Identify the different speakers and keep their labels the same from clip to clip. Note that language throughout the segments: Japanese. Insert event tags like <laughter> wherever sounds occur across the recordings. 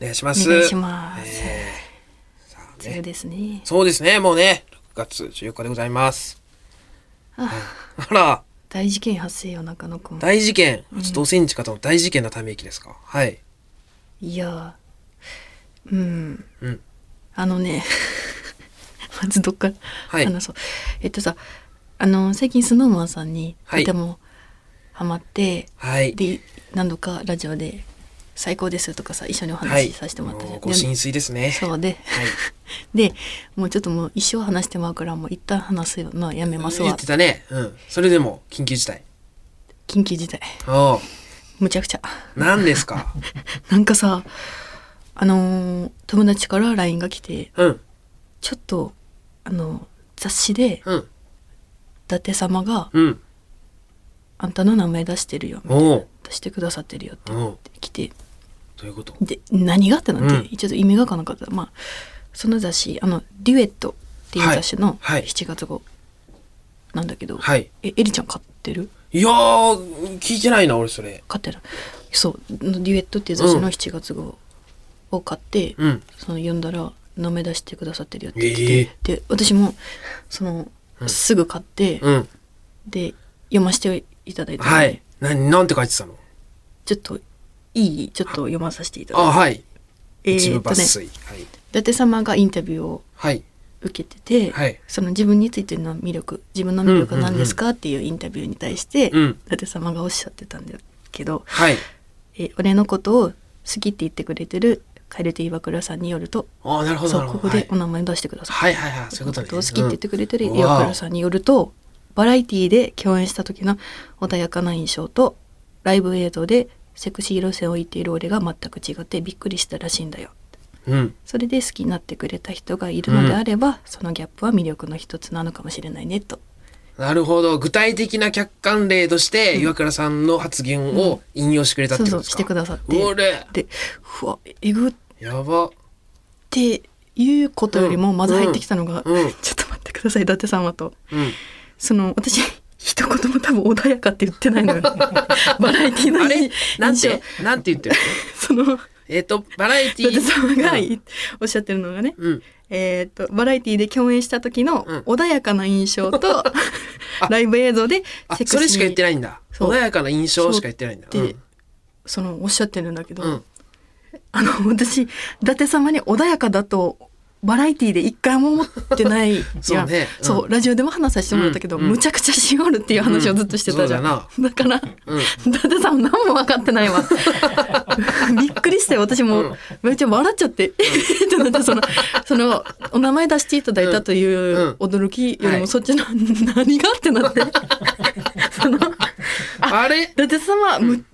Speaker 1: お願いしま
Speaker 2: お
Speaker 1: す。
Speaker 2: 願いします。
Speaker 1: えーさあ
Speaker 2: 梅雨
Speaker 1: ね、
Speaker 2: ですね。
Speaker 1: そうですね、もうね、6月14日でございます。あら、
Speaker 2: 大事件発生よ、中野くん。
Speaker 1: 大事件、ちょっとおセンチ方の大事件のため息ですか。はい。
Speaker 2: いやー、うん。
Speaker 1: うん
Speaker 2: あのね、 <laughs> まずどっから
Speaker 1: はい
Speaker 2: 話そう。えっとさ、あの、最近スノーマンさんに
Speaker 1: はい
Speaker 2: とてもハマって、
Speaker 1: はい。
Speaker 2: で、何度かラジオで最高ですとかさ、一緒にお
Speaker 1: は
Speaker 2: 話
Speaker 1: い。
Speaker 2: しさせてもらったじゃん。
Speaker 1: もうご浸水ですね。
Speaker 2: そうで、
Speaker 1: はい。
Speaker 2: <laughs> で、もうちょっともう一生話してまうから、もう一旦話すのはやめます
Speaker 1: 言
Speaker 2: わ
Speaker 1: って。たね。うん。それでも、緊急事態。
Speaker 2: 緊急事態。
Speaker 1: おう
Speaker 2: むちゃくちゃ。
Speaker 1: 何です
Speaker 2: <laughs>
Speaker 1: か
Speaker 2: なんかさあのー友達から LINE が来て
Speaker 1: うん。
Speaker 2: ちょっとあの雑誌で
Speaker 1: うん。
Speaker 2: 伊達様が
Speaker 1: うん。
Speaker 2: 「あんたの名前出してるよ」
Speaker 1: おう
Speaker 2: 出してくださってるよって
Speaker 1: おう
Speaker 2: 来て
Speaker 1: どういうこと
Speaker 2: で何がってなって、
Speaker 1: う
Speaker 2: ちょっと意味がわからなかったまあその雑誌あの「デュエット」っていう雑誌の
Speaker 1: はいはい
Speaker 2: 7月号なんだけど、
Speaker 1: はい。
Speaker 2: えエリちゃん買ってる
Speaker 1: いやー、聞いてないな、俺それ。
Speaker 2: 買ってるそう「デュエット」っていう雑誌の7月号を買って、
Speaker 1: うん。
Speaker 2: その読んだら飲め出してくださってるよって言って
Speaker 1: ええ
Speaker 2: て、で私もその、
Speaker 1: うん
Speaker 2: すぐ買って、
Speaker 1: うん。
Speaker 2: で読ませていただいたので、
Speaker 1: はい。な、なんて書いてたの
Speaker 2: ちょっといいちょっと読まさせていただい
Speaker 1: あ、
Speaker 2: て、
Speaker 1: はい。
Speaker 2: え
Speaker 1: 一部
Speaker 2: ーっと
Speaker 1: 抜
Speaker 2: ね
Speaker 1: 粋。はい。
Speaker 2: 伊達様がインタビューを
Speaker 1: はい。
Speaker 2: 受けてて、
Speaker 1: はい
Speaker 2: その自分についての魅力自分の魅力は何ですかっていうインタビューに対して、
Speaker 1: うん
Speaker 2: 伊達様がおっしゃってたんだけど、
Speaker 1: はい。
Speaker 2: えー俺のことを好きって言ってくれてる蛙亭岩倉さんによると
Speaker 1: あー、なるほど、
Speaker 2: そ
Speaker 1: な
Speaker 2: う
Speaker 1: る
Speaker 2: こ
Speaker 1: ほど。
Speaker 2: こ
Speaker 1: は
Speaker 2: で
Speaker 1: い
Speaker 2: お名前出してください
Speaker 1: はいはいはい。そういうことね。
Speaker 2: 好きって言ってくれてる
Speaker 1: うん
Speaker 2: 岩倉さんによるとバラエティで共演した時の穏やかな印象とライブ映像でセクシー路線を言っている俺が全く違ってびっくりしたらしいんだよ
Speaker 1: うん。
Speaker 2: それで好きになってくれた人がいるのであれば、そのギャップは魅力の一つなのかもしれないねと
Speaker 1: なるほど。具体的な客観例として、岩倉さんの発言を引用してくれたって
Speaker 2: そう
Speaker 1: ことで
Speaker 2: そう
Speaker 1: す
Speaker 2: し
Speaker 1: か
Speaker 2: てくださって
Speaker 1: 俺、
Speaker 2: でうわえぐっ
Speaker 1: やば。
Speaker 2: ていうことよりも
Speaker 1: うん
Speaker 2: まず入ってきたのが、
Speaker 1: うん
Speaker 2: <laughs> ちょっと待ってください伊達様と。
Speaker 1: うん。
Speaker 2: その私 <laughs> 一言も多分穏やかって言ってない
Speaker 1: <laughs>
Speaker 2: のよバラエティーの
Speaker 1: あれなん
Speaker 2: 印象
Speaker 1: て、なんて言ってるの
Speaker 2: その
Speaker 1: えっと、バラエテ
Speaker 2: 伊
Speaker 1: ィ
Speaker 2: 達様が
Speaker 1: うん
Speaker 2: おっしゃってるのがね、
Speaker 1: うん。
Speaker 2: えー、とバラエティで共演した時の
Speaker 1: うん
Speaker 2: 穏やかな印象
Speaker 1: <laughs>
Speaker 2: と、ライブ映像で
Speaker 1: あ、
Speaker 2: セクシー
Speaker 1: それしか言って
Speaker 2: ない
Speaker 1: ないんだ。
Speaker 2: そう
Speaker 1: 穏やかな印象しか言ってないんだ。う
Speaker 2: で
Speaker 1: ん。
Speaker 2: そのおっしゃってるんだけど、
Speaker 1: うん。
Speaker 2: あの私伊達様に穏やかだとバラエティで一回も思ってないじゃん
Speaker 1: そうねうん
Speaker 2: そうラジオでも話させてもらったけど、
Speaker 1: うんうん
Speaker 2: むちゃくちゃしおるっていう話をずっとしてたじゃん、
Speaker 1: うんそ
Speaker 2: <laughs> だから、
Speaker 1: う
Speaker 2: 伊達さん何も分かってないわ <laughs> びっくりして私も、
Speaker 1: うん
Speaker 2: めっちゃ笑っ <laughs> ちゃって、えってなってそのそのお名前出していただいたという驚きより
Speaker 1: は
Speaker 2: も
Speaker 1: い
Speaker 2: そっちの何がってなってその
Speaker 1: あれ
Speaker 2: 伊達様、む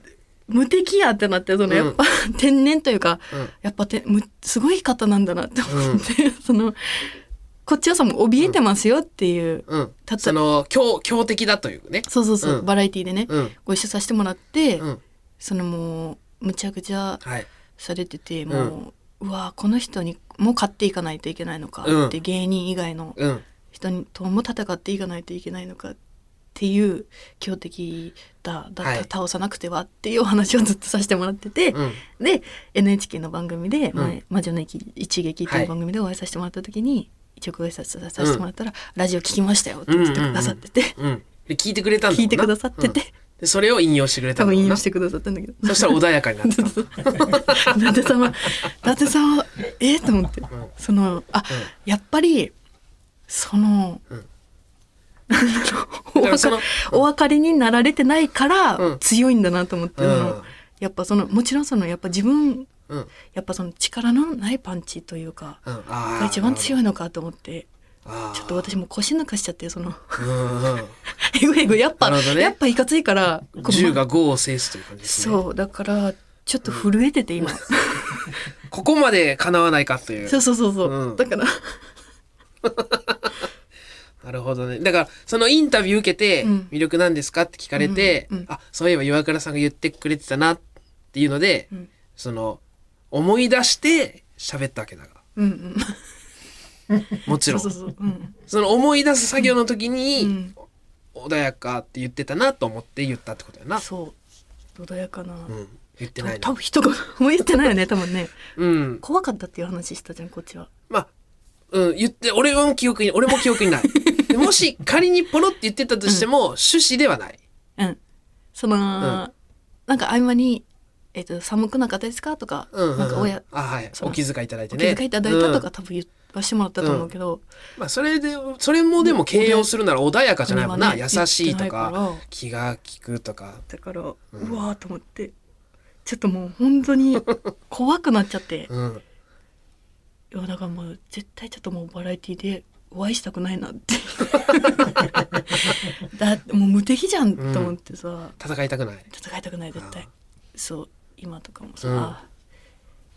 Speaker 2: 無敵やってなってそのやっぱ、天然というか
Speaker 1: うん
Speaker 2: やっぱてむすごい方なんだなって思って、そのこっちはさもう怯えてますよっていう、
Speaker 1: うん。
Speaker 2: たった
Speaker 1: その、強、強敵だというね。
Speaker 2: そうそうそう、
Speaker 1: うん
Speaker 2: バラエティでね、
Speaker 1: うん。
Speaker 2: ご一緒させてもらって、
Speaker 1: うん。
Speaker 2: そのもうむちゃくちゃ
Speaker 1: はい。
Speaker 2: されててもう、うわこの人にも勝っていかないといけないのか
Speaker 1: うん
Speaker 2: って、芸人以外の
Speaker 1: うん。
Speaker 2: 人にとも戦っていかないといけないのかっていう強敵だだ、
Speaker 1: はい
Speaker 2: 倒さなくてはっていうお話をずっとさせてもらってて、
Speaker 1: うん。
Speaker 2: で NHK の番組で「
Speaker 1: うん
Speaker 2: 前魔女の一一撃」と
Speaker 1: はいいう
Speaker 2: 番組でお会いさせてもらった時に、一応ご挨拶させてもらったら、ラジオ聞きましたよ」って言ってくださってて、
Speaker 1: うん。で聞いてくれたんだもんな
Speaker 2: 聞いてくださってて、
Speaker 1: うんで、それを引用してくれた
Speaker 2: 多
Speaker 1: んだ
Speaker 2: 分
Speaker 1: もん
Speaker 2: 引用
Speaker 1: な。
Speaker 2: し
Speaker 1: そ
Speaker 2: てくださったんだけど
Speaker 1: したら穏やかになった。
Speaker 2: <laughs> そうそう伊達様伊達様えー、と思って、そのあ、やっぱりその、
Speaker 1: ん
Speaker 2: お
Speaker 1: だから
Speaker 2: 別
Speaker 1: そ
Speaker 2: れ
Speaker 1: の
Speaker 2: お別れになられてないから、
Speaker 1: うん
Speaker 2: 強いんだなと思って、
Speaker 1: うん
Speaker 2: あのやっぱそのもちろんそのやっぱ自分
Speaker 1: うん。うん。
Speaker 2: やっぱその力のないパンチというか、
Speaker 1: あ
Speaker 2: が
Speaker 1: あ。
Speaker 2: 一番強いのかと思って
Speaker 1: あー
Speaker 2: ちょっと私も腰抜かしちゃってその
Speaker 1: うんうん
Speaker 2: えぐえぐやっぱ、
Speaker 1: なるほどね
Speaker 2: やっぱいかついからこう
Speaker 1: 銃が5を制すという感じですね。
Speaker 2: そうだからちょっと震えてて今。
Speaker 1: ここまで叶わないかという
Speaker 2: <laughs> そう。そうそうそう、
Speaker 1: うん
Speaker 2: だから
Speaker 1: なるほどね。だから、そのインタビュー受けて、
Speaker 2: うん
Speaker 1: 魅力なんですかって聞かれて
Speaker 2: うんうん、
Speaker 1: あ、そういえば岩倉さんが言ってくれてたなっていうので
Speaker 2: うん、
Speaker 1: その、思い出して喋ったわけだから。
Speaker 2: うんうん
Speaker 1: もちろん
Speaker 2: そう。そうそううん
Speaker 1: その思い出す作業の時に、
Speaker 2: うん
Speaker 1: 穏やかって言ってたなと思って言ったってことやな。
Speaker 2: そう穏やかな、
Speaker 1: うん。言ってない
Speaker 2: 多
Speaker 1: の。
Speaker 2: 分一言 <laughs> も言ってないよね多分ね
Speaker 1: うん。
Speaker 2: 怖かったっていう話したじゃんこっちは
Speaker 1: まあ、うん、言って、俺も記憶に、俺も記憶に
Speaker 2: <laughs>
Speaker 1: ない。でもし仮にポロって言ってたとしても、趣旨ではない。
Speaker 2: うんその、なんか合間に、えっと寒くなかったですかとか、
Speaker 1: うん、うんうん。
Speaker 2: なんか親
Speaker 1: あ、はい。
Speaker 2: そ
Speaker 1: お
Speaker 2: の
Speaker 1: 気遣いいただいて
Speaker 2: お
Speaker 1: ね。
Speaker 2: 気遣いいただいたとか、
Speaker 1: うん
Speaker 2: 多分言わしてもらったと思うけど、
Speaker 1: まあ、それで、それもでも形容するなら穏やかじゃないもんな。
Speaker 2: 俺は
Speaker 1: 優
Speaker 2: ね
Speaker 1: しいと
Speaker 2: 言ってな
Speaker 1: か、
Speaker 2: いら
Speaker 1: 気が利くとか。
Speaker 2: だから、うわーと思ってちょっともう本当に怖くなっちゃって、い
Speaker 1: うん。
Speaker 2: やだからもう絶対ちょっともうバラエティでお会いしたくないなって
Speaker 1: <laughs>
Speaker 2: だってもう無敵じゃんと思ってさ、
Speaker 1: 戦いたくない。
Speaker 2: 戦いたくない絶対そう今とかもさ、
Speaker 1: うん
Speaker 2: あ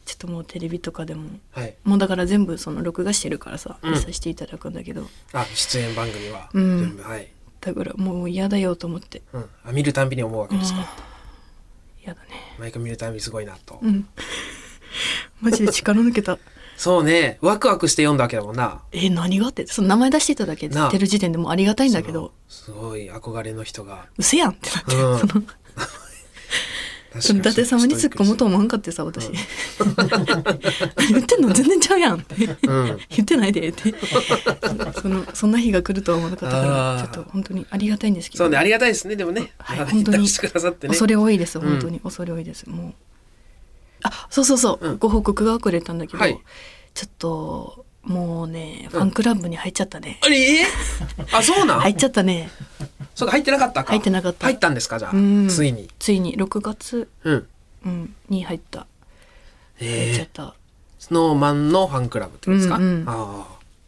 Speaker 2: ちょっともうテレビとかでも
Speaker 1: はい。
Speaker 2: もうだから全部その録画してるからさ、
Speaker 1: うん
Speaker 2: 見させていただくんだけど
Speaker 1: あ、出演番組は。
Speaker 2: うん
Speaker 1: 全部、はい。
Speaker 2: だからもう嫌だよと思って
Speaker 1: うん。あ見るたんびに思うわけですか。
Speaker 2: 嫌だね
Speaker 1: 毎回見るたんびすごいなと。
Speaker 2: うん <laughs> マジで力抜けた
Speaker 1: そうね。ワクワクして読んだわけだもんな。
Speaker 2: え何がってその名前出していただけ
Speaker 1: なあ
Speaker 2: てる時点でもうありがたいんだけど
Speaker 1: その。すごい憧れの人が。
Speaker 2: うせやんってなって、
Speaker 1: うん
Speaker 2: <laughs> そのその伊達様に突っ込むと思わんかってさ私、 <laughs> 言ってんの全然ちゃうやんって
Speaker 1: うん。
Speaker 2: 言ってないでってそのそんな日が来るとは思わなかった
Speaker 1: あ
Speaker 2: か
Speaker 1: ー
Speaker 2: らちょっと本当にありがたいんですけど
Speaker 1: そうね、ありがたいですね、でもね。
Speaker 2: はい
Speaker 1: あの
Speaker 2: 本当に
Speaker 1: 出してくださってね。
Speaker 2: 恐れ多いです
Speaker 1: うん
Speaker 2: 本当に、恐れ多いですもうあそうそうそう、
Speaker 1: うん
Speaker 2: ご報告が遅れたんだけど、
Speaker 1: はい
Speaker 2: ちょっともうねファンクラブに入っちゃったね、
Speaker 1: あれえあ、そうなん、
Speaker 2: 入っちゃったね
Speaker 1: そうか、入ってなかったか。
Speaker 2: 入ってなかった
Speaker 1: 入ったんですか、じゃあ。
Speaker 2: うん
Speaker 1: ついに。
Speaker 2: ついに6月、
Speaker 1: うん。
Speaker 2: うん、に入った入っちゃ
Speaker 1: えー、
Speaker 2: った、
Speaker 1: スノーマンのファンクラブってことですか、
Speaker 2: うんうん
Speaker 1: あ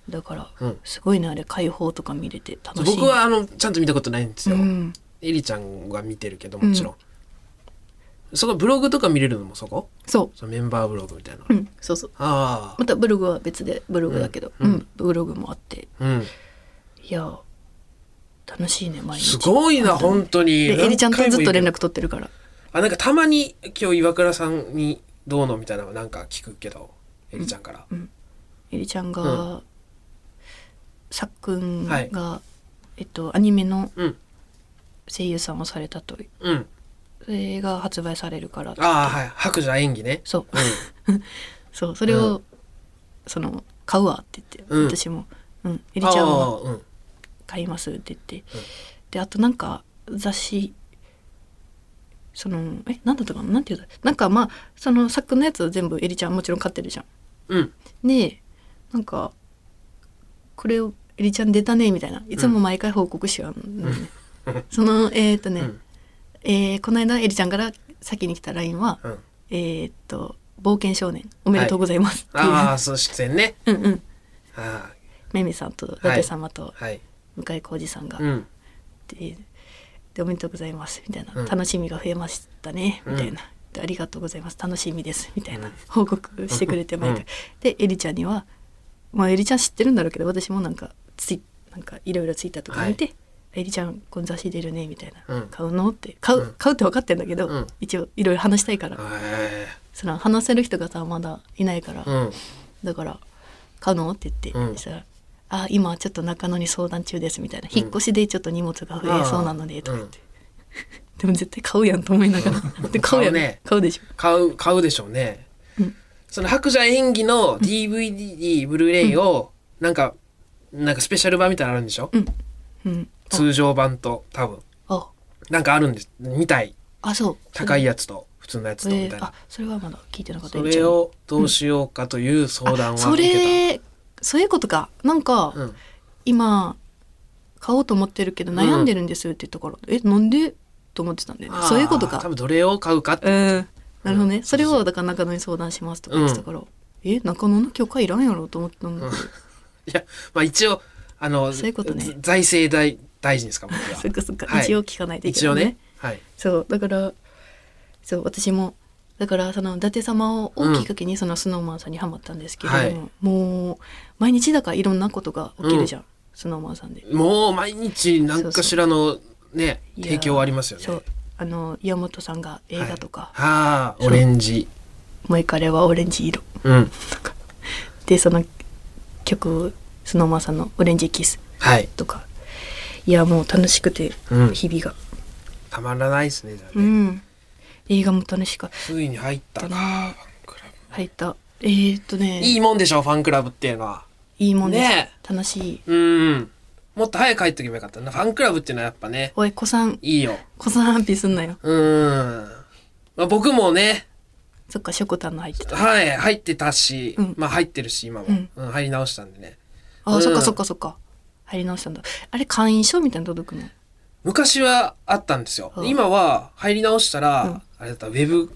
Speaker 2: だから、
Speaker 1: あ。うん。
Speaker 2: すごいねあれ解放とか見れて楽しい
Speaker 1: 僕は、あの、ちゃんと見たことないんです
Speaker 2: う
Speaker 1: よ。
Speaker 2: ん、
Speaker 1: エリちゃんが見てるけど、もちろん。そこ、ブログとか見れるのもそこ
Speaker 2: そ
Speaker 1: そのメンバーブログみたいな。
Speaker 2: う、うん、そうそう
Speaker 1: ああ
Speaker 2: ま。たブログは別でブログだけど、
Speaker 1: う
Speaker 2: うんん
Speaker 1: うん
Speaker 2: ブログもあって
Speaker 1: うん。
Speaker 2: いや楽しいね毎日
Speaker 1: すごいな、本当に。
Speaker 2: でエリちゃんとずっと連
Speaker 1: 絡
Speaker 2: 絡取ってるから
Speaker 1: あなんかたまに今日岩倉さんにどうのみたいなのなんか聞くけどエリちゃんから、
Speaker 2: エリちゃんが、
Speaker 1: う
Speaker 2: さっくんが、
Speaker 1: はい
Speaker 2: えっとアニメの
Speaker 1: うん
Speaker 2: 声優さんをされたと
Speaker 1: うん
Speaker 2: それが発売されるから
Speaker 1: ああはい白蛇演技ね
Speaker 2: そ
Speaker 1: う
Speaker 2: う
Speaker 1: ん
Speaker 2: <laughs> そうそれを、
Speaker 1: う
Speaker 2: その買うわって言って、
Speaker 1: うん
Speaker 2: 私も「うんエリちゃんは
Speaker 1: あーうん
Speaker 2: 買います」って言って、であとなんか雑誌そのえなんだったかななんていうんだなんかまあその作のやつは全部エリちゃんもちろん買ってるじゃん
Speaker 1: うん
Speaker 2: でなんかこれを「エリちゃん出たね」みたいないつも毎回報告しよう、 <laughs>
Speaker 1: <laughs>
Speaker 2: そのえーっ、とね、
Speaker 1: うん
Speaker 2: えーこの間エリちゃんから先に来た LINE は「
Speaker 1: うん
Speaker 2: えーっ、と冒険少年おめでとうございます」っていう、
Speaker 1: ああそう出演ね
Speaker 2: <laughs> うんうん
Speaker 1: あ
Speaker 2: めめさんと伊達様と
Speaker 1: あはい
Speaker 2: 向井浩二さんが、
Speaker 1: うん
Speaker 2: ででおめでとうございます」みたいな、
Speaker 1: うん
Speaker 2: 楽しみが増えましたね」
Speaker 1: うん
Speaker 2: みたいな。でありがとうございます楽しみですみたいな報告してくれて毎回、
Speaker 1: うん
Speaker 2: でエリちゃんにはまあエリちゃん知ってるんだろうけど私もなんかツイなんかいろいろツイッターとか見て「エリちゃんこの雑誌出るね」みたいな「
Speaker 1: うん
Speaker 2: 買うの?」って買う、
Speaker 1: うん
Speaker 2: 買うって分かってんだけど、
Speaker 1: うん
Speaker 2: 一応いろいろ話したいから、
Speaker 1: え
Speaker 2: その話せる人がさまだいないから、
Speaker 1: えうん
Speaker 2: だから「買うの?」って言って、
Speaker 1: うん
Speaker 2: したら「あ今ちょっと中野に相談中です」みたいな「引っ越しでちょっと荷物が増えそうなので」とか言って、でも絶対買うやんと思いながら <laughs> で買うやん
Speaker 1: 買うね
Speaker 2: 買うでしょ
Speaker 1: 買う買うでしょうね、その白蛇演技の DVD、ブルーレイをなんかなんかスペシャル版みたいなのあるんでしょ、
Speaker 2: うん
Speaker 1: 通常版と多分
Speaker 2: あ
Speaker 1: なんかあるんですみたい
Speaker 2: あそう
Speaker 1: 高い
Speaker 2: や
Speaker 1: やつと普通のやつとみ
Speaker 2: え
Speaker 1: たい
Speaker 2: ー、
Speaker 1: な
Speaker 2: あ、それはまだ聞いてなかった
Speaker 1: そ
Speaker 2: エリち
Speaker 1: れ
Speaker 2: ゃん
Speaker 1: をどうしようかという相談
Speaker 2: あ
Speaker 1: は
Speaker 2: そ
Speaker 1: 受け
Speaker 2: れそういうことかなんか、
Speaker 1: た。うん、
Speaker 2: 今買おうと思ってるけど悩んでるんですって言ったから、えなんでと思ってたんだよねそういうこと
Speaker 1: あー多
Speaker 2: か
Speaker 1: 分どれを買うかって
Speaker 2: うんなるほどね、
Speaker 1: うん
Speaker 2: それ
Speaker 1: そうそう
Speaker 2: をだから中野に相談しますとか言ってたから、え中野の許可いらんやろと思ってたんだけど、 <laughs>
Speaker 1: いや、まあ一応、あの、
Speaker 2: そういうことね
Speaker 1: ず財政大、大事ですか、僕は
Speaker 2: <laughs> そっかそっか、
Speaker 1: はい
Speaker 2: 一応聞かないといけ
Speaker 1: 一
Speaker 2: な
Speaker 1: 応
Speaker 2: い
Speaker 1: ね。はい。
Speaker 2: そうだからそう私もだからその伊達様を
Speaker 1: うん
Speaker 2: きっかけにそのスノーマンさんにハマったんですけれども、
Speaker 1: はい
Speaker 2: もう毎日だからいろんなことが起きるじゃん、スノーマンさんで。
Speaker 1: もう毎日何かしらのね、
Speaker 2: いや
Speaker 1: 提供はありますよね。
Speaker 2: そうあの岩本さんが映画とか
Speaker 1: はあ、オレンジ。
Speaker 2: 「もうカレはオレンジ色
Speaker 1: うん。」
Speaker 2: とかでその曲スノーマンさんの「オレンジキス
Speaker 1: はい」。
Speaker 2: とかいやもう楽しくて
Speaker 1: うん
Speaker 2: 日々が。
Speaker 1: たまらないですね、じゃあ
Speaker 2: う
Speaker 1: ね。
Speaker 2: ん映画も楽しかっ
Speaker 1: ついに入った
Speaker 2: た
Speaker 1: な
Speaker 2: な
Speaker 1: ファンクラ
Speaker 2: 入ったえー、っと
Speaker 1: ブ
Speaker 2: ねい
Speaker 1: いいもんでしょファンクラブっていうのはい
Speaker 2: もんです、
Speaker 1: ね
Speaker 2: 楽しい
Speaker 1: うんもっと早く入っとけばよかったなファンクラブっていうのはやっぱね
Speaker 2: おい子さん
Speaker 1: いいよ
Speaker 2: 子さん安否すんなよ
Speaker 1: うん、まあ、僕もね
Speaker 2: そっかしょこたんの入ってた
Speaker 1: はい入ってたし、
Speaker 2: うん
Speaker 1: まあ入ってるし今も、
Speaker 2: うん
Speaker 1: うん入り直したんでね
Speaker 2: あ、
Speaker 1: うん
Speaker 2: そっかそっかそっか入り直したんだあれ会員証みたいなの届くの
Speaker 1: 昔はあったんですよ、
Speaker 2: うん
Speaker 1: 今は入り直したら、
Speaker 2: うん
Speaker 1: あれだったウェブ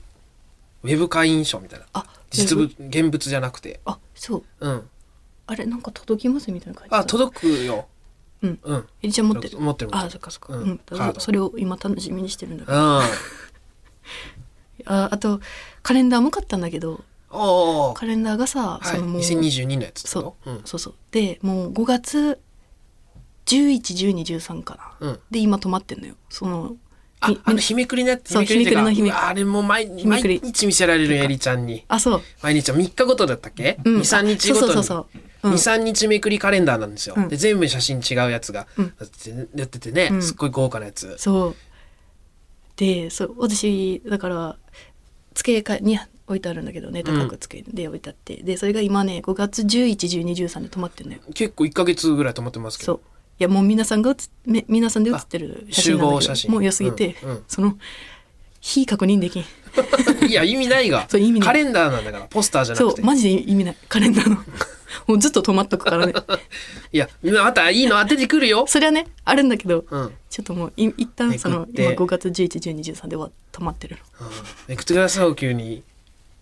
Speaker 1: ウェブ会員証みたいな
Speaker 2: あ
Speaker 1: 実
Speaker 2: ウェ
Speaker 1: 物
Speaker 2: ブ
Speaker 1: 現物じゃなくて
Speaker 2: あそう
Speaker 1: うん
Speaker 2: あれなんか届きますみたいな感じ
Speaker 1: あ届くよ
Speaker 2: うん <laughs>
Speaker 1: うん
Speaker 2: えりちゃん持ってる
Speaker 1: 持ってる持っ
Speaker 2: あ
Speaker 1: て
Speaker 2: そっかそっか
Speaker 1: うん
Speaker 2: うん
Speaker 1: カード
Speaker 2: それを今楽しみにしてるんだけ
Speaker 1: るう
Speaker 2: ど
Speaker 1: ん
Speaker 2: ああとカレンダーも買ったんだけど
Speaker 1: おー
Speaker 2: カレンダーがさ
Speaker 1: はい
Speaker 2: そのもう
Speaker 1: 2022のやつって
Speaker 2: そ
Speaker 1: こ
Speaker 2: う
Speaker 1: とうん
Speaker 2: そうそうでもう5月111213かな
Speaker 1: うん
Speaker 2: で今止まってんのよその
Speaker 1: あ
Speaker 2: み
Speaker 1: あの日めくりのやつ
Speaker 2: そう
Speaker 1: っていうか
Speaker 2: 日めくりの日めくり
Speaker 1: うわあれも毎
Speaker 2: 日めくり
Speaker 1: 毎日見せられるエリちゃんに
Speaker 2: あそう、
Speaker 1: 毎日は3日ごとだったっけ、
Speaker 2: うん、
Speaker 1: 23日ごとに
Speaker 2: あそうそうそうそう、うん、
Speaker 1: 23日めくりカレンダーなんですよ、
Speaker 2: うん
Speaker 1: で全部写真違うやつが
Speaker 2: うん
Speaker 1: やっててやっててね、
Speaker 2: うん
Speaker 1: すっごい豪華なやつ
Speaker 2: そうでそう私だから机かに置いてあるんだけどね高く机で置いてあって、でそれが今ね5月111213で止まってんのよ
Speaker 1: 結構1か月ぐらい止まってますけ
Speaker 2: そ
Speaker 1: ど
Speaker 2: ういやもう皆さんが写っめ皆さんで写ってる写真な
Speaker 1: 集
Speaker 2: んだけど
Speaker 1: 合写真
Speaker 2: もう良すぎて、
Speaker 1: うんうん
Speaker 2: その非確認できん
Speaker 1: <laughs> いや意味ないが
Speaker 2: そう意味ない
Speaker 1: カレンダーなんだからポスターじゃな
Speaker 2: そ
Speaker 1: く
Speaker 2: う
Speaker 1: て
Speaker 2: マジで意味ないカレンダーの <laughs> もうずっと止まっと
Speaker 1: <laughs>
Speaker 2: くからね
Speaker 1: いやまたいいの当ててくるよ、
Speaker 2: それはねあるんだけど
Speaker 1: うんうん、
Speaker 2: ちょっともうい一旦その
Speaker 1: めくって
Speaker 2: 今5月111213では止まってる
Speaker 1: めくってくださいよ急に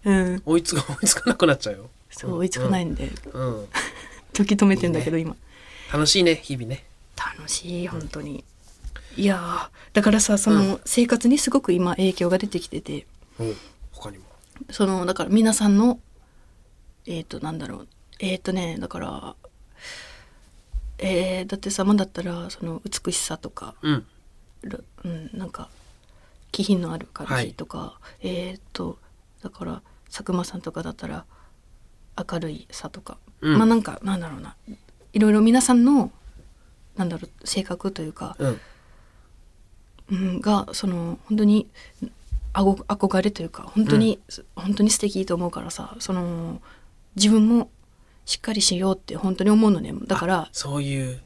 Speaker 2: のうん
Speaker 1: 追いつか追いつかなくなっ <laughs> ちゃうよ、
Speaker 2: そう追いつかないんで、
Speaker 1: うん、
Speaker 2: 時止めてんだけど今
Speaker 1: 楽しいね日々ね
Speaker 2: 楽しい本当に、いやーだからさその、生活にすごく今影響が出てきてて
Speaker 1: うん他にも
Speaker 2: そのだから皆さんのえっ、となんだろうえっ、とねだからえーだってさまだったらその美しさとか、
Speaker 1: うん
Speaker 2: らうん、なんか気品のある感
Speaker 1: はい
Speaker 2: じとか、えっ、とだから佐久間さんとかだったら明るいさとか、
Speaker 1: うん
Speaker 2: まあなんかなんだろうないろいろ皆さんのなんだろう性格というか、
Speaker 1: うん
Speaker 2: うん、がその本当にあご憧れというか本当に、本当に素敵と思うからさその自分もしっかりしようって本当に思うのねだから
Speaker 1: そういう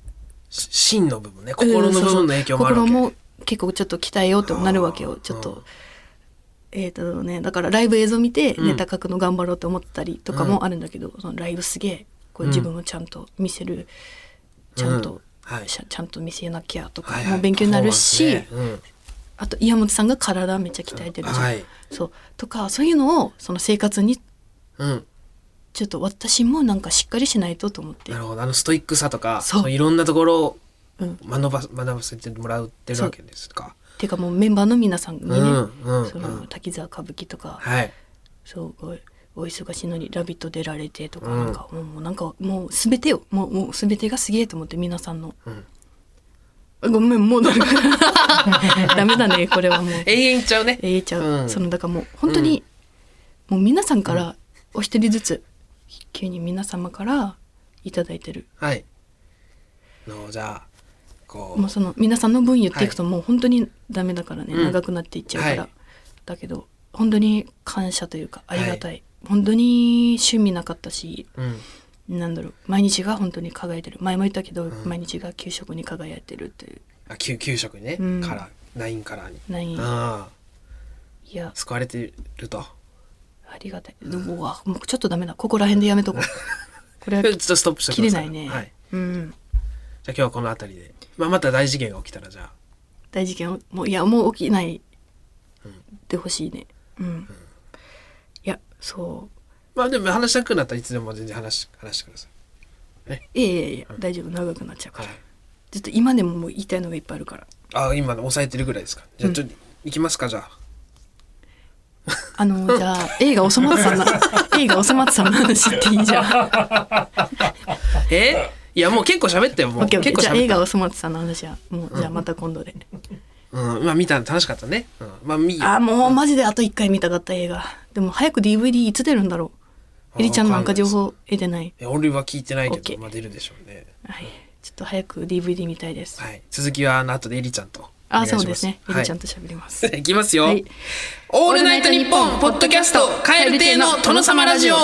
Speaker 1: し真の部分ね心の部分の影響もあるわ
Speaker 2: うん
Speaker 1: け、
Speaker 2: そうそう心も結構ちょっと鍛えようとなるわけよちょっ
Speaker 1: うん
Speaker 2: と。えーとね、だからライブ映像見て
Speaker 1: うん
Speaker 2: ネタ書くの頑張ろうと思ったりとかもあるんだけど、そのライブすげえこう
Speaker 1: うん
Speaker 2: 自分をちゃんと見せる、ちゃんと、
Speaker 1: うんはい
Speaker 2: しゃちゃんと見せなきゃとか
Speaker 1: はいはい
Speaker 2: も勉強になるし、
Speaker 1: パフォーマンスね
Speaker 2: あと岩本さんが体めっちゃ鍛えてるじゃん、
Speaker 1: はい
Speaker 2: そうとかそういうのをその生活に
Speaker 1: うんうん
Speaker 2: ちょっと私もなんかしっかりしないとと思って
Speaker 1: なるほどあのストイックさとか
Speaker 2: そう
Speaker 1: そういろんなところを
Speaker 2: うん、
Speaker 1: 学ば学ばせてもらってるわけですか。
Speaker 2: ていうかもうメンバーの皆さんに
Speaker 1: う
Speaker 2: ね、
Speaker 1: んうん
Speaker 2: そうの
Speaker 1: ん。
Speaker 2: 滝沢歌舞伎とか、
Speaker 1: はい。
Speaker 2: そうおお忙しいのに「ラビット!」出られてとか、
Speaker 1: うん
Speaker 2: なんかもうもうなんかもう全てをもうもう全てがすげえと思って皆さんの、
Speaker 1: うん
Speaker 2: ごめんもうダメ
Speaker 1: <laughs>
Speaker 2: だダメだねこれはもう
Speaker 1: 永遠いっちゃうね。
Speaker 2: ええちゃう、
Speaker 1: うん
Speaker 2: そのだからもう本当に、もう皆さんからお一人ずつ急に皆様からいただいてる
Speaker 1: はい。のじゃあこ
Speaker 2: もうその皆さんの分言っていくともう本当にダメだからね、
Speaker 1: うん
Speaker 2: 長くなっていっちゃうから、
Speaker 1: はい
Speaker 2: だけど本当に感謝というかありがたい、
Speaker 1: は
Speaker 2: 本当に趣味なかったし
Speaker 1: う。うん。
Speaker 2: なんだろう毎日が本当に輝いてる前も言ったけど、
Speaker 1: ん
Speaker 2: 毎日が給食に輝いてるっていう
Speaker 1: あ給給食にね。
Speaker 2: うん
Speaker 1: カラーナインカラーに。
Speaker 2: ない
Speaker 1: ああ
Speaker 2: いや
Speaker 1: 救われてると。
Speaker 2: ありがたい、うわもうちょっとダメだここら辺でやめ
Speaker 1: <laughs>
Speaker 2: とこうこれは
Speaker 1: ちょっとストップして
Speaker 2: 切
Speaker 1: くだ
Speaker 2: れ
Speaker 1: さ。
Speaker 2: ないいね、
Speaker 1: はい。
Speaker 2: うん
Speaker 1: じゃあ今日はこのあたりで。まあまた大事件が起きたらじゃあ。
Speaker 2: 大事件をもういやもう起きないでほしいねうん、いやそう
Speaker 1: まあでも話したくなったらいつでも全然話し話してくださ
Speaker 2: いやいやいや大丈夫長くなっちゃうか
Speaker 1: い。
Speaker 2: ら、
Speaker 1: はい。
Speaker 2: ちょっと今でももう言いたいのがいっぱいあるから
Speaker 1: あ今の抑えてるぐらいですか。じゃあちょっと行きますかじゃあ。
Speaker 2: あのじゃ
Speaker 1: <laughs>
Speaker 2: あ映画「おそ松さん」の映画「おそ松さん」の話っていいじゃん
Speaker 1: えいやもう結構喋ったよも
Speaker 2: オ
Speaker 1: う
Speaker 2: ッケーオッ
Speaker 1: 結
Speaker 2: ケー
Speaker 1: 構
Speaker 2: じゃあ
Speaker 1: 喋
Speaker 2: 映
Speaker 1: った
Speaker 2: 画「おそ松さん」の話はもうじゃあまた今度で、
Speaker 1: うんまあ見たの楽しかったね、うん、まあ見
Speaker 2: あーもうマジであと1回見たかった映画でも早く DVD いつ出るんだろうえりちゃんなんか情報得てない
Speaker 1: いや俺は聞いてない
Speaker 2: オッ
Speaker 1: け
Speaker 2: ケ
Speaker 1: ど
Speaker 2: ー
Speaker 1: まあ出るでしょうね
Speaker 2: はいちょっと早く DVD 見たいです
Speaker 1: はい続きはあの後でエリちゃんと
Speaker 2: あ
Speaker 1: お願いしま
Speaker 2: そ
Speaker 1: す
Speaker 2: うですねエ
Speaker 1: は
Speaker 2: リ
Speaker 1: い <laughs>
Speaker 2: ちゃんと喋ります、
Speaker 1: いきますよ、
Speaker 2: はい
Speaker 1: オールナイトニッポンポッドキャスト蛙亭の殿様ラジオ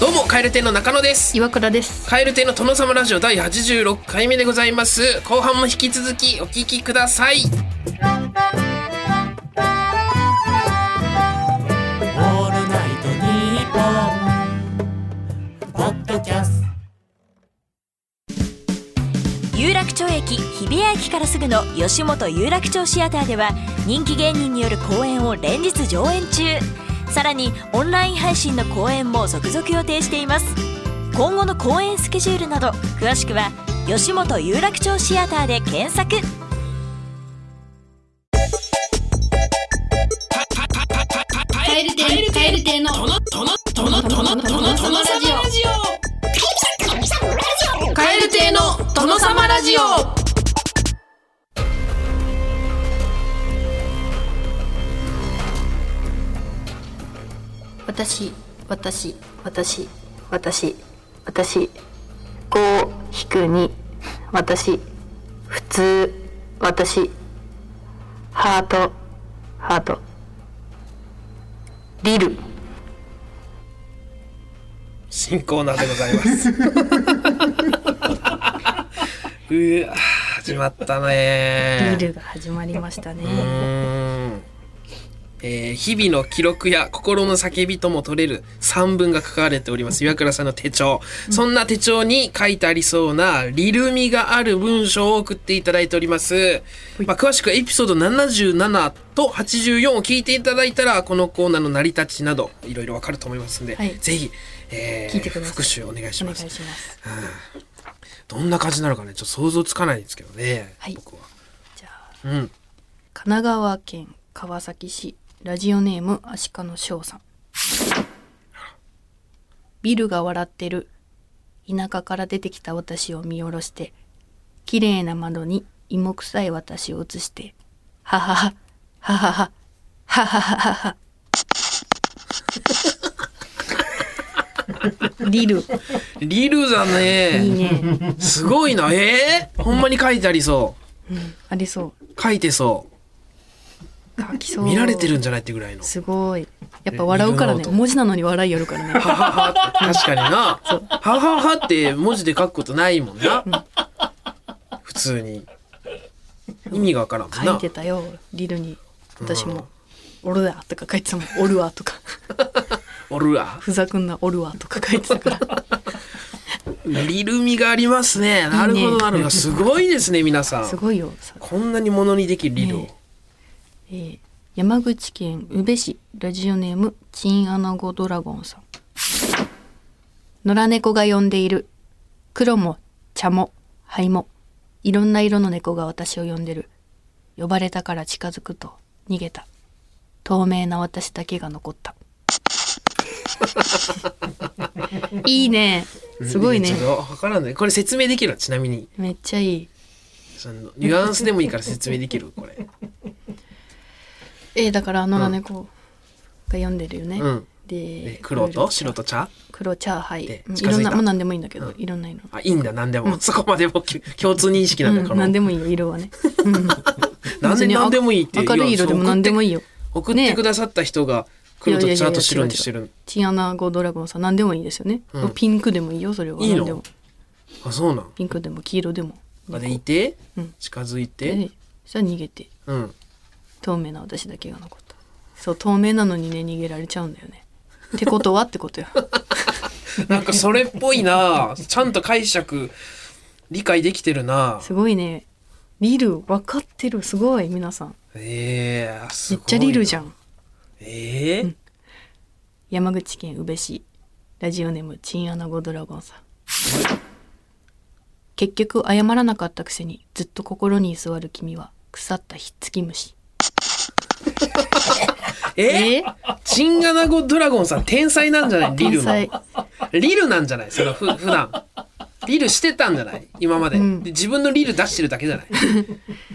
Speaker 1: どうも蛙亭の中野です
Speaker 2: 岩倉です
Speaker 1: 蛙亭の殿様ラジオ第86回目でございます後半も引き続きお聞きください
Speaker 3: オールナイトニッポン」ポッドキャスト
Speaker 4: 有楽町駅日比谷駅からすぐの吉本有楽町シアターでは人気芸人による公演を連日上演中さらにオンライン配信の公演も続々予定しています今後の公演スケジュールなど詳しくは吉本有楽町シアターで検索
Speaker 1: 蛙亭の殿様ラジオ
Speaker 5: 私私私私私5引く2私普通私ハートハートリル
Speaker 1: 新コーナーでございます。 <laughs> うーわ始まったね
Speaker 2: ビールが始まりましたね、
Speaker 1: うーんえー日々の記録や心の叫びとも取れる散文が書かれております岩倉さんの手帳、そんな手帳に書いてありそうなリルミがある文章を送っていただいております、まあ、詳しくはエピソード77と84を聞いていただいたらこのコーナーの成り立ちなどいろいろわかると思いますんで、
Speaker 2: はい
Speaker 1: ぜひ、えー
Speaker 2: 聞いてください
Speaker 1: 復習お願いし
Speaker 2: お願
Speaker 1: ま
Speaker 2: い
Speaker 1: す
Speaker 2: します
Speaker 1: どんな感じなのかねちょっと想像つかないんですけどね、
Speaker 2: はい
Speaker 1: 僕は
Speaker 2: じゃあ
Speaker 1: うん
Speaker 2: 神奈川県川崎市ラジオネームアシカの翔さんビルが笑ってる田舎から出てきた私を見下ろして綺麗な窓に芋臭い私を映してはははははははははははリル
Speaker 1: リルだ
Speaker 2: いい
Speaker 1: ね
Speaker 2: ね
Speaker 1: すごいなえー、ほんまに書いてありそう
Speaker 2: ありそ
Speaker 1: 書いてそう
Speaker 2: 書き
Speaker 1: う
Speaker 2: そう
Speaker 1: 見られてるんじゃないってぐらいの
Speaker 2: すごいやっぱ笑うから
Speaker 1: リ
Speaker 2: ね
Speaker 1: ルの音
Speaker 2: 文字なのに笑いやるからね
Speaker 1: はははって確かになはははって文字で書くことないもんな、普通に意味がわからんもん
Speaker 2: 書い
Speaker 1: な
Speaker 2: てたよリルに私も「おるだ」とか書いてたもん「おるわ」とか <laughs>
Speaker 1: おるわ
Speaker 2: 「ふざくんなおるわ」とか書いてたから
Speaker 1: リルミがありますねなるほどなるほどすごいですね皆さ
Speaker 2: す
Speaker 1: ん
Speaker 2: ごいよさ、
Speaker 1: こんなにものにできるリルを、
Speaker 2: ねえー山口県宇部市ラジオネームチンアナゴドラゴンさん野良猫が呼んでいる黒も茶も灰もいろんな色の猫が私を呼んでる呼ばれたから近づくと逃げた透明な私だけが残った
Speaker 1: <laughs>
Speaker 2: いいねすごいね
Speaker 1: ちょっとわからんねこれ説明できるちなみに
Speaker 2: めっちゃいい
Speaker 1: そのニュアンスでもいいから説明できるこれ
Speaker 2: えーだから野良猫が読んでるよね、
Speaker 1: うん
Speaker 2: で
Speaker 1: え黒と白と茶
Speaker 2: 黒チャーハイ、
Speaker 1: で
Speaker 2: うんい
Speaker 1: 近づいた
Speaker 2: ろんなもう何でもいいんだけ
Speaker 1: う
Speaker 2: ど、
Speaker 1: ん
Speaker 2: いろんな色、
Speaker 1: あいいんだ何でも、そこまでもき共通認識なんだ
Speaker 2: うん
Speaker 1: この
Speaker 2: 何でもいいよ色はね、うん、
Speaker 1: なんで
Speaker 2: 別
Speaker 1: <laughs>
Speaker 2: に
Speaker 1: 何でもいいっていう
Speaker 2: 明るい色でも何でもいいよ
Speaker 1: 送ってくださった人が黒と茶と白にしてる
Speaker 2: チンアナゴドラゴンさん何でもいいですよね、
Speaker 1: うん
Speaker 2: ピンクでもいいよそれはい
Speaker 1: いの
Speaker 2: 何でも
Speaker 1: あそうなん
Speaker 2: ピンクでも黄色でも
Speaker 1: までいて、
Speaker 2: うん
Speaker 1: 近づいて
Speaker 2: でそしたら逃げて
Speaker 1: うん <laughs>
Speaker 2: 透明な私だけが残ったそう透明なのにね逃げられちゃうんだよねってことはってことよ
Speaker 1: なんかそれっぽいなちゃんと解釈理解できてるな
Speaker 2: すごいねリル分かってるすごい皆さん
Speaker 1: ええー、す
Speaker 2: めっ
Speaker 1: ごい
Speaker 2: ちゃリルじ
Speaker 1: ゃん
Speaker 2: ゃん
Speaker 1: ええー
Speaker 2: 山口県宇部市ラジオネームチンアナゴドラゴンさん結局謝らなかったくせにずっと心に居座る君は腐ったひっつき虫
Speaker 1: えチンアナゴドラゴンさん天才なんじゃないリルの
Speaker 2: <laughs> 天才
Speaker 1: リルなんじゃないそのふ普段リルしてたんじゃない今まで,で、
Speaker 2: うん
Speaker 1: 自分のリル出してるだけじゃない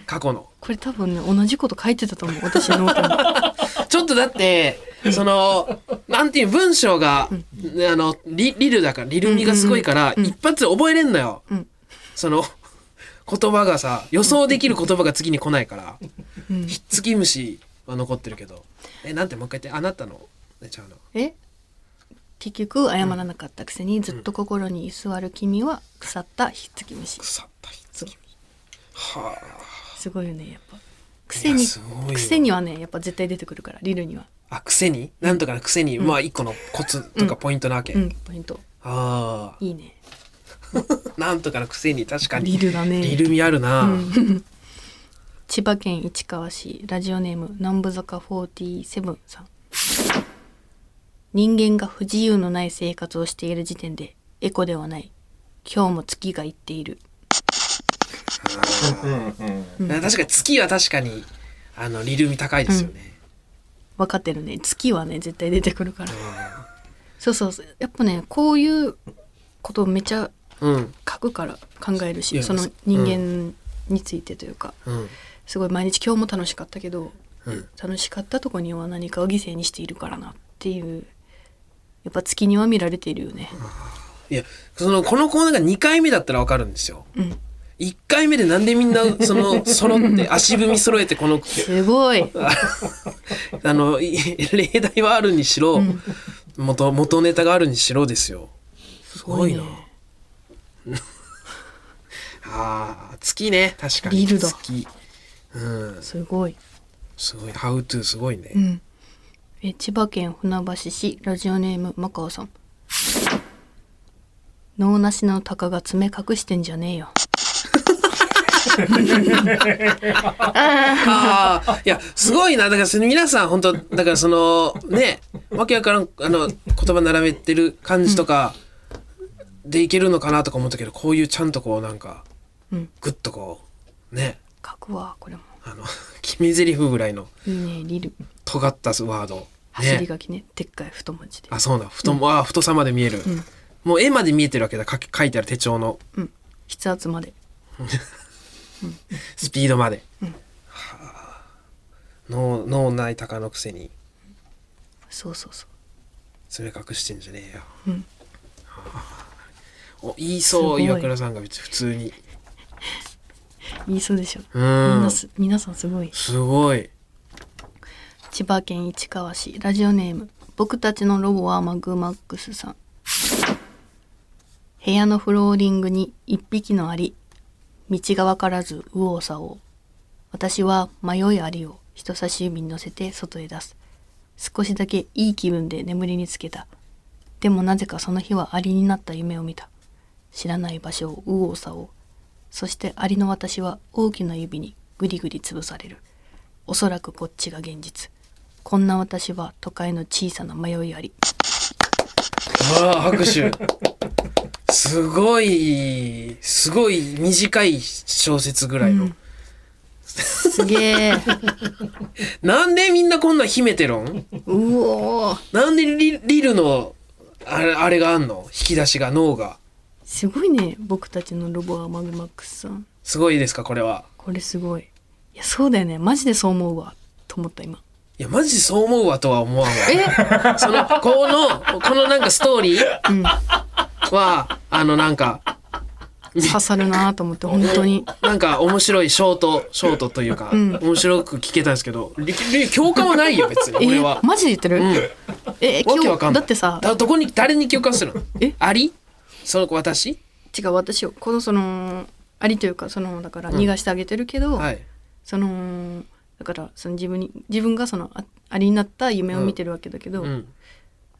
Speaker 1: 過去の <laughs>
Speaker 2: これ多分ね同じこと書いてたと思う私のノートに
Speaker 1: ちょっとだってその、なんていう、文章が、あの、リリルだから、リルミがすごいから、一発で覚えれんのよ。
Speaker 2: ん
Speaker 1: その、言葉がさ、予想できる言葉が次に来ないから、
Speaker 2: うん
Speaker 1: ひっつき虫は残ってるけど。え、なんてもう一回言って、あなたの、ね、ちゃうの。
Speaker 2: え結局謝らなかったくせにずっと心に居座る君は腐ったひっつき虫
Speaker 1: 腐ったひっつき虫。は
Speaker 2: すごいよねやっぱ
Speaker 1: い
Speaker 2: 癖
Speaker 1: や
Speaker 2: に
Speaker 1: すごいよ
Speaker 2: 癖にはねやっぱ絶対出てくるからリルには
Speaker 1: あ。あ、癖になんとかの癖に、まあ一個のコツとかポイントなわけ。
Speaker 2: うんポイント
Speaker 1: あ
Speaker 2: いいね
Speaker 1: あ、なんとかの癖に確かに。
Speaker 2: リルだね
Speaker 1: リルミあるな、
Speaker 2: 千葉県市川市ラジオネーム南部坂47さん人間が不自由のない生活をしている時点でエコではない今日も月が言っている
Speaker 1: 確かに月は確かに、あの、リルミ高いですよね。
Speaker 2: 分かってるね月はね絶対出てくるからそうそうそうやっぱねこういうことをめちゃ
Speaker 1: うん。
Speaker 2: 書くから考える
Speaker 1: い
Speaker 2: し
Speaker 1: や
Speaker 2: その人間についてというか、
Speaker 1: うん。
Speaker 2: すごい毎日今日も楽しかったけど、
Speaker 1: うん
Speaker 2: 楽しかったとこには何かを犠牲にしているからなっていうやっぱ月には見られているよね、
Speaker 1: いや、その、このコーナーが2回目だったらわかるんですよ。
Speaker 2: ん
Speaker 1: 一1回目でなんでみんな、その、揃って、足踏み揃えて、この、
Speaker 2: すごい
Speaker 1: あの、い例題はあるにしろ、元、元ネタがあるにしろですよ。すごいな。
Speaker 2: すごい
Speaker 1: <laughs> ああ、月ね、確かに。
Speaker 2: リルだ
Speaker 1: 月。うん、
Speaker 2: すごい、
Speaker 1: すごい。ハウトゥーすごいね。
Speaker 2: うん、え千葉県船橋市ラジオネームマカオさん脳なしの鷹が爪隠してんじゃねえよ
Speaker 1: ああ、いや、すごいな。だから、その皆さん、本当だから、その、ね、わけわからん、あの、言葉並べてる感じとか、でいけるのかなとか思ったけど、こういうちゃんとこう、なんか、
Speaker 2: うん
Speaker 1: ぐっとこう、ね、
Speaker 2: 書くわこれも
Speaker 1: あの、 <laughs> 決め台詞ぐらいの
Speaker 2: いいねリル
Speaker 1: 尖ったワード。
Speaker 2: 走り
Speaker 1: ね。
Speaker 2: 書きねでっかい太文字で
Speaker 1: あ、そうな。太も、あー太さまで見える。もう絵まで見えてるわけだ。書き書いてある手帳の
Speaker 2: うん筆圧まで
Speaker 1: スピードまで。はあ。脳、脳内鷹のくせに、
Speaker 2: そうそうそう
Speaker 1: それ隠してんじゃねえよ。
Speaker 2: うん
Speaker 1: はあお言いそう
Speaker 2: すごい
Speaker 1: 岩倉さんが別に普通に
Speaker 2: 言いそうでしょ、
Speaker 1: う
Speaker 2: みん
Speaker 1: ん
Speaker 2: なす皆さんすごい
Speaker 1: すごい
Speaker 2: 千葉県市川市ラジオネーム僕たちのロボはマグマックスさん部屋のフローリングに一匹のアリ道が分からず右往左往私は迷いアリを人差し指に乗せて外へ出す少しだけいい気分で眠りにつけたでもなぜかその日はアリになった夢を見た知らない場所を右往左往そしてアリの私は大きな指にぐりぐり潰されるおそらくこっちが現実こんな私は都会の小さな迷いあり
Speaker 1: ああ拍
Speaker 2: <laughs>
Speaker 1: 手すごいすごい短い小説ぐらいの、
Speaker 2: すげえ
Speaker 1: なんでみんなこんなん秘めてるん
Speaker 2: <laughs> うおー
Speaker 1: なんでリリルのあれあれがあんの引き出しが脳が
Speaker 2: すごいね僕たちのロボはマグマックスさん
Speaker 1: すごいですかこれは
Speaker 2: これすごいいやそうだよねマジでそう思うわと思った今
Speaker 1: いやマジそう思うわとは思わんわそのこのこのなんかストーリーは、あのなんか
Speaker 2: 刺さるなと
Speaker 1: <laughs>
Speaker 2: 思って本当に
Speaker 1: なんか面白いショート、ショートというか、面白く聞けたんですけど、りり共感はないよ、別に、
Speaker 2: え
Speaker 1: 俺は。
Speaker 2: マジで言ってる、え
Speaker 1: わけ
Speaker 2: 今
Speaker 1: わか
Speaker 2: 日
Speaker 1: んな
Speaker 2: だ
Speaker 1: い。
Speaker 2: ってさ
Speaker 1: どこに、誰に共感するの
Speaker 2: え
Speaker 1: ありその子、私
Speaker 2: 違う私をこのそのありというかそのだから逃がしてあげてるけど、
Speaker 1: はい。
Speaker 2: そのだからその自分に自分がそのあありになった夢を見てるわけだけど、
Speaker 1: うん。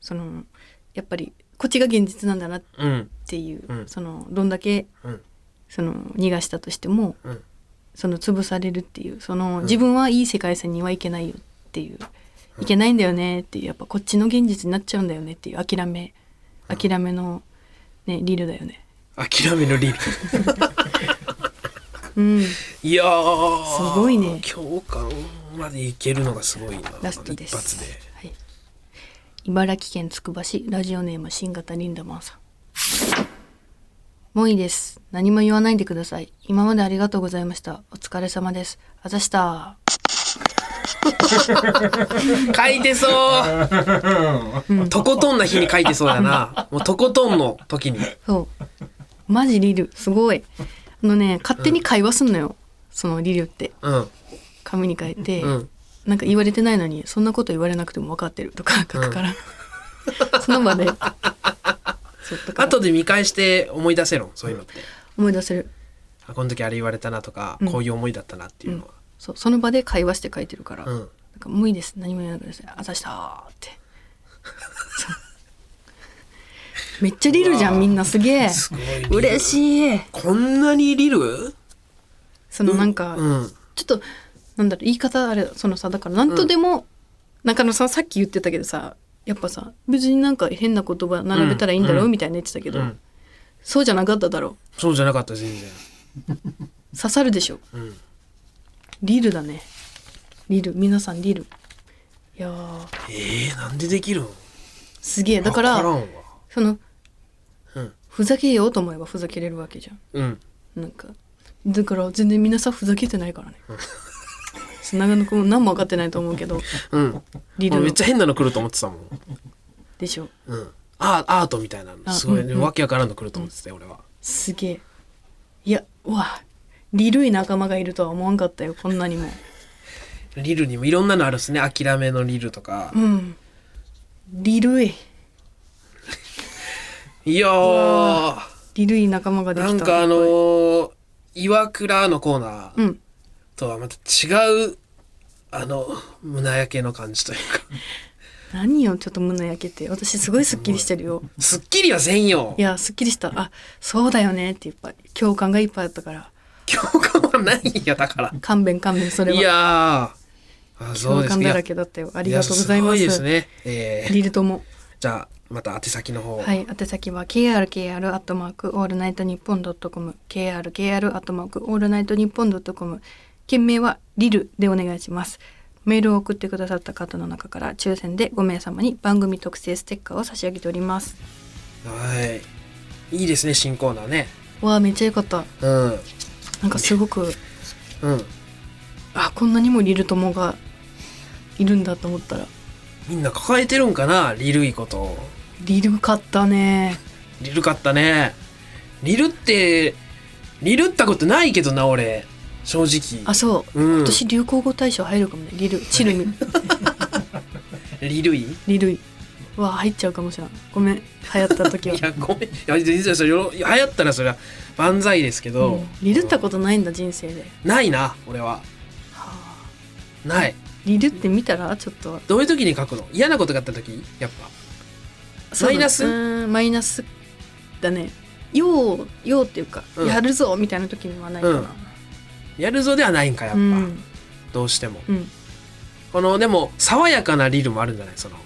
Speaker 2: そのやっぱりこっちが現実なんだなっ
Speaker 1: うん。
Speaker 2: ていう、
Speaker 1: うん
Speaker 2: そのどんだけ
Speaker 1: うん。
Speaker 2: その逃がしたとしても、
Speaker 1: うん
Speaker 2: その潰されるっていうその自分はいい世界線にはいけないよっていう、いけないんだよねっていうやっぱこっちの現実になっちゃうんだよねっていう諦め諦めの、ね、リルだよね。
Speaker 1: 諦めの理由。
Speaker 2: <laughs> うん、
Speaker 1: いやー。
Speaker 2: すごいね
Speaker 1: 共感までいけるのがすごいな。
Speaker 2: ラストです。
Speaker 1: 一発で。
Speaker 2: はい。茨城県つくば市ラジオネーム新型リンダマンさん。もういいです。何も言わないでください。今までありがとうございました。お疲れ様です。あざした。
Speaker 1: 書いてそうとことんな日に書いてそうだな。もうとことんの時に。
Speaker 2: そうマジリルすごいあのね勝手に会話すんのよ、そのリルって
Speaker 1: うん。
Speaker 2: 紙に書いて、
Speaker 1: うん。
Speaker 2: なんか言われてないのにそんなこと言われなくても分かってるとか書くから、その場でそうだから
Speaker 1: 後で見返して思い出せろ。そういうのって。
Speaker 2: 思い出せる
Speaker 1: あ、この時あれ言われたなとか、
Speaker 2: うん
Speaker 1: こういう思いだったなっていうのは。
Speaker 2: そうその場で会話して書いてるから、
Speaker 1: うん。
Speaker 2: なんか無理です何も言わなくてくださいあざしたーってそうめっちゃリルじゃんみんなすげえ
Speaker 1: すごい。
Speaker 2: 嬉
Speaker 1: い。
Speaker 2: しい
Speaker 1: こんなにリル
Speaker 2: そのなんか、
Speaker 1: うん。
Speaker 2: ちょっとなんだろう言い方あれそのさだからなんとでも、中野さんさっき言ってたけどさやっぱさ別になんか変な言葉並べたらいいんだろう、
Speaker 1: うん
Speaker 2: みたいな言ってたけど、
Speaker 1: うん
Speaker 2: そうじゃなかっただろ
Speaker 1: そうじゃなかった、全然。
Speaker 2: う刺さるでしょ、
Speaker 1: ん
Speaker 2: リルだねリル皆さんリルいやー
Speaker 1: ええー、なんでできるの
Speaker 2: すげえだから
Speaker 1: わからんわ。
Speaker 2: その、
Speaker 1: うん
Speaker 2: ふざけようと思えばふざけれるわけじゃ
Speaker 1: う
Speaker 2: ん
Speaker 1: ん。
Speaker 2: なんかだから全然皆さんふざけてないからね、 <laughs> 長野くんも何も分かってないと思
Speaker 1: <laughs>
Speaker 2: うけど
Speaker 1: うん。
Speaker 2: リル
Speaker 1: めっ
Speaker 2: の
Speaker 1: ちゃ変なの来ると思ってたもん。
Speaker 2: でしょ
Speaker 1: うん。アーアートみたいなの。すごい、
Speaker 2: あうん
Speaker 1: ね
Speaker 2: うん
Speaker 1: わけわからんの来ると思ってたよ、俺は。
Speaker 2: すげえいやうわリルイ仲間がいるとは思わんかったよこんなにも
Speaker 1: リルにもいろんなのあるっすね。諦めのリルとか。
Speaker 2: うんリルイ
Speaker 1: いやー、
Speaker 2: リルイ仲間ができ
Speaker 1: な
Speaker 2: た
Speaker 1: んかあのー、岩倉のコーナ
Speaker 2: う
Speaker 1: ー
Speaker 2: ん
Speaker 1: とはまた違う、あの、胸焼けの感じというか。
Speaker 2: 何よちょっと胸焼けて私すごいすっきりしてるよ
Speaker 1: すっきりはせんよ
Speaker 2: いやすっきりしたあそうだよねっていっぱい共感がいっぱいあったから
Speaker 1: 共感はないよ、だから。
Speaker 2: 勘弁勘弁それはい
Speaker 1: やー、あそう
Speaker 2: 共
Speaker 1: です
Speaker 2: 感
Speaker 1: ね。
Speaker 2: だ
Speaker 1: いや
Speaker 2: らけだったよありがとうございます
Speaker 1: やすごいですね。えー
Speaker 2: リルとも
Speaker 1: じゃあ、また宛先の方。
Speaker 2: はい、宛先は krkr アットマークオールナイトニッポンドットコム krkr アットマークオールナイトニッポンドットコム件名はリルでお願いします。メールを送ってくださった方の中から抽選で5名様に番組特製ステッカーを差し上げております。
Speaker 1: はい。いいですね、新コーナーね。
Speaker 2: わあめっちゃ良かった。
Speaker 1: うん。
Speaker 2: なんかすごく
Speaker 1: うん。
Speaker 2: あこんなにもリル友がいるんだと思ったら
Speaker 1: みんな抱えてるんかな、リルいことを。
Speaker 2: リルかったね。
Speaker 1: リルかったね。リルって、リルったことないけどな、俺。正直。
Speaker 2: あそう、
Speaker 1: うん
Speaker 2: 今年流行語大賞入るかもねリルチルミ
Speaker 1: リルイい
Speaker 2: リルイわあ入っちゃうかもしれない。ごめん流行った時は。
Speaker 1: や、ごめん。いや、全然それ、よろ流行ったらそれは万歳ですけど、
Speaker 2: リルったことないんだ人生で、
Speaker 1: ないな、俺は。ない。
Speaker 2: リルって見たらちょっと
Speaker 1: どういう時に書くの嫌なことがあった時やっマイナス
Speaker 2: そうだうーんマイナスだねようようっていうか、
Speaker 1: うん
Speaker 2: やるぞみたいな時にはないかな
Speaker 1: うんぱ。やるぞではないんか、やっ
Speaker 2: う
Speaker 1: ぱ。
Speaker 2: んうん、
Speaker 1: どうしても。この、でも、爽やかなリルもあるんじゃないその。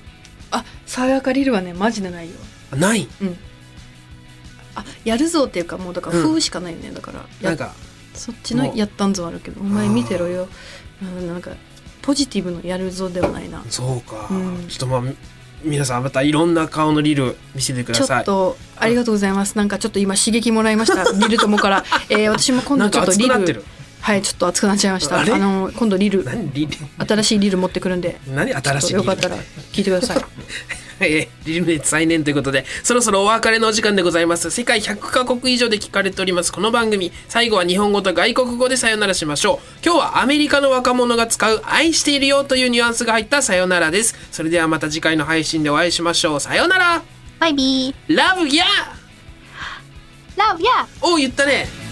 Speaker 2: あ爽やかリルはねマジでないよ
Speaker 1: あない。
Speaker 2: うんあやるぞっていうかもうだから
Speaker 1: うん
Speaker 2: 「ふう」しかないよね、だからや
Speaker 1: なんか、
Speaker 2: そっちの
Speaker 1: もう
Speaker 2: 「やったんぞ」あるけどお前見てろようんなんかポジティブの「やるぞ」ではないな
Speaker 1: そうか。
Speaker 2: うん
Speaker 1: ちょっとまあ、み皆さんまたいろんな顔のリル見せてくだ
Speaker 2: ちょ
Speaker 1: さい。
Speaker 2: っとありがとうございます。なんかちょっと今刺激もらいました。
Speaker 1: <laughs>
Speaker 2: リル友から、えー、私も今
Speaker 1: な
Speaker 2: 度
Speaker 1: ん
Speaker 2: ちょ
Speaker 1: か
Speaker 2: っと
Speaker 1: 熱
Speaker 2: リ
Speaker 1: くなって
Speaker 2: ル
Speaker 1: る。
Speaker 2: はいちょっと熱くなっちゃいました。あ
Speaker 1: あれ
Speaker 2: の今度リル
Speaker 1: 何リル
Speaker 2: 新しいリル持ってくるんで、
Speaker 1: 何
Speaker 2: ちょ
Speaker 1: 新
Speaker 2: っ
Speaker 1: しい
Speaker 2: と
Speaker 1: リ
Speaker 2: よ
Speaker 1: ル
Speaker 2: かったら聞いてください。
Speaker 1: <laughs> えーリルネ再燃ということで、そろそろお別れのお時間でございます。世界100カ国以上で聞かれております、この番組。最後は日本語と外国語でさよならしましょう。今日はアメリカの若者が使う愛しているよというニュアンスが入ったさよならです。それではまた次回の配信でお会いしましょう。さよなら
Speaker 6: バイビー
Speaker 1: ラブギャー
Speaker 6: ラブや
Speaker 1: おー言ったね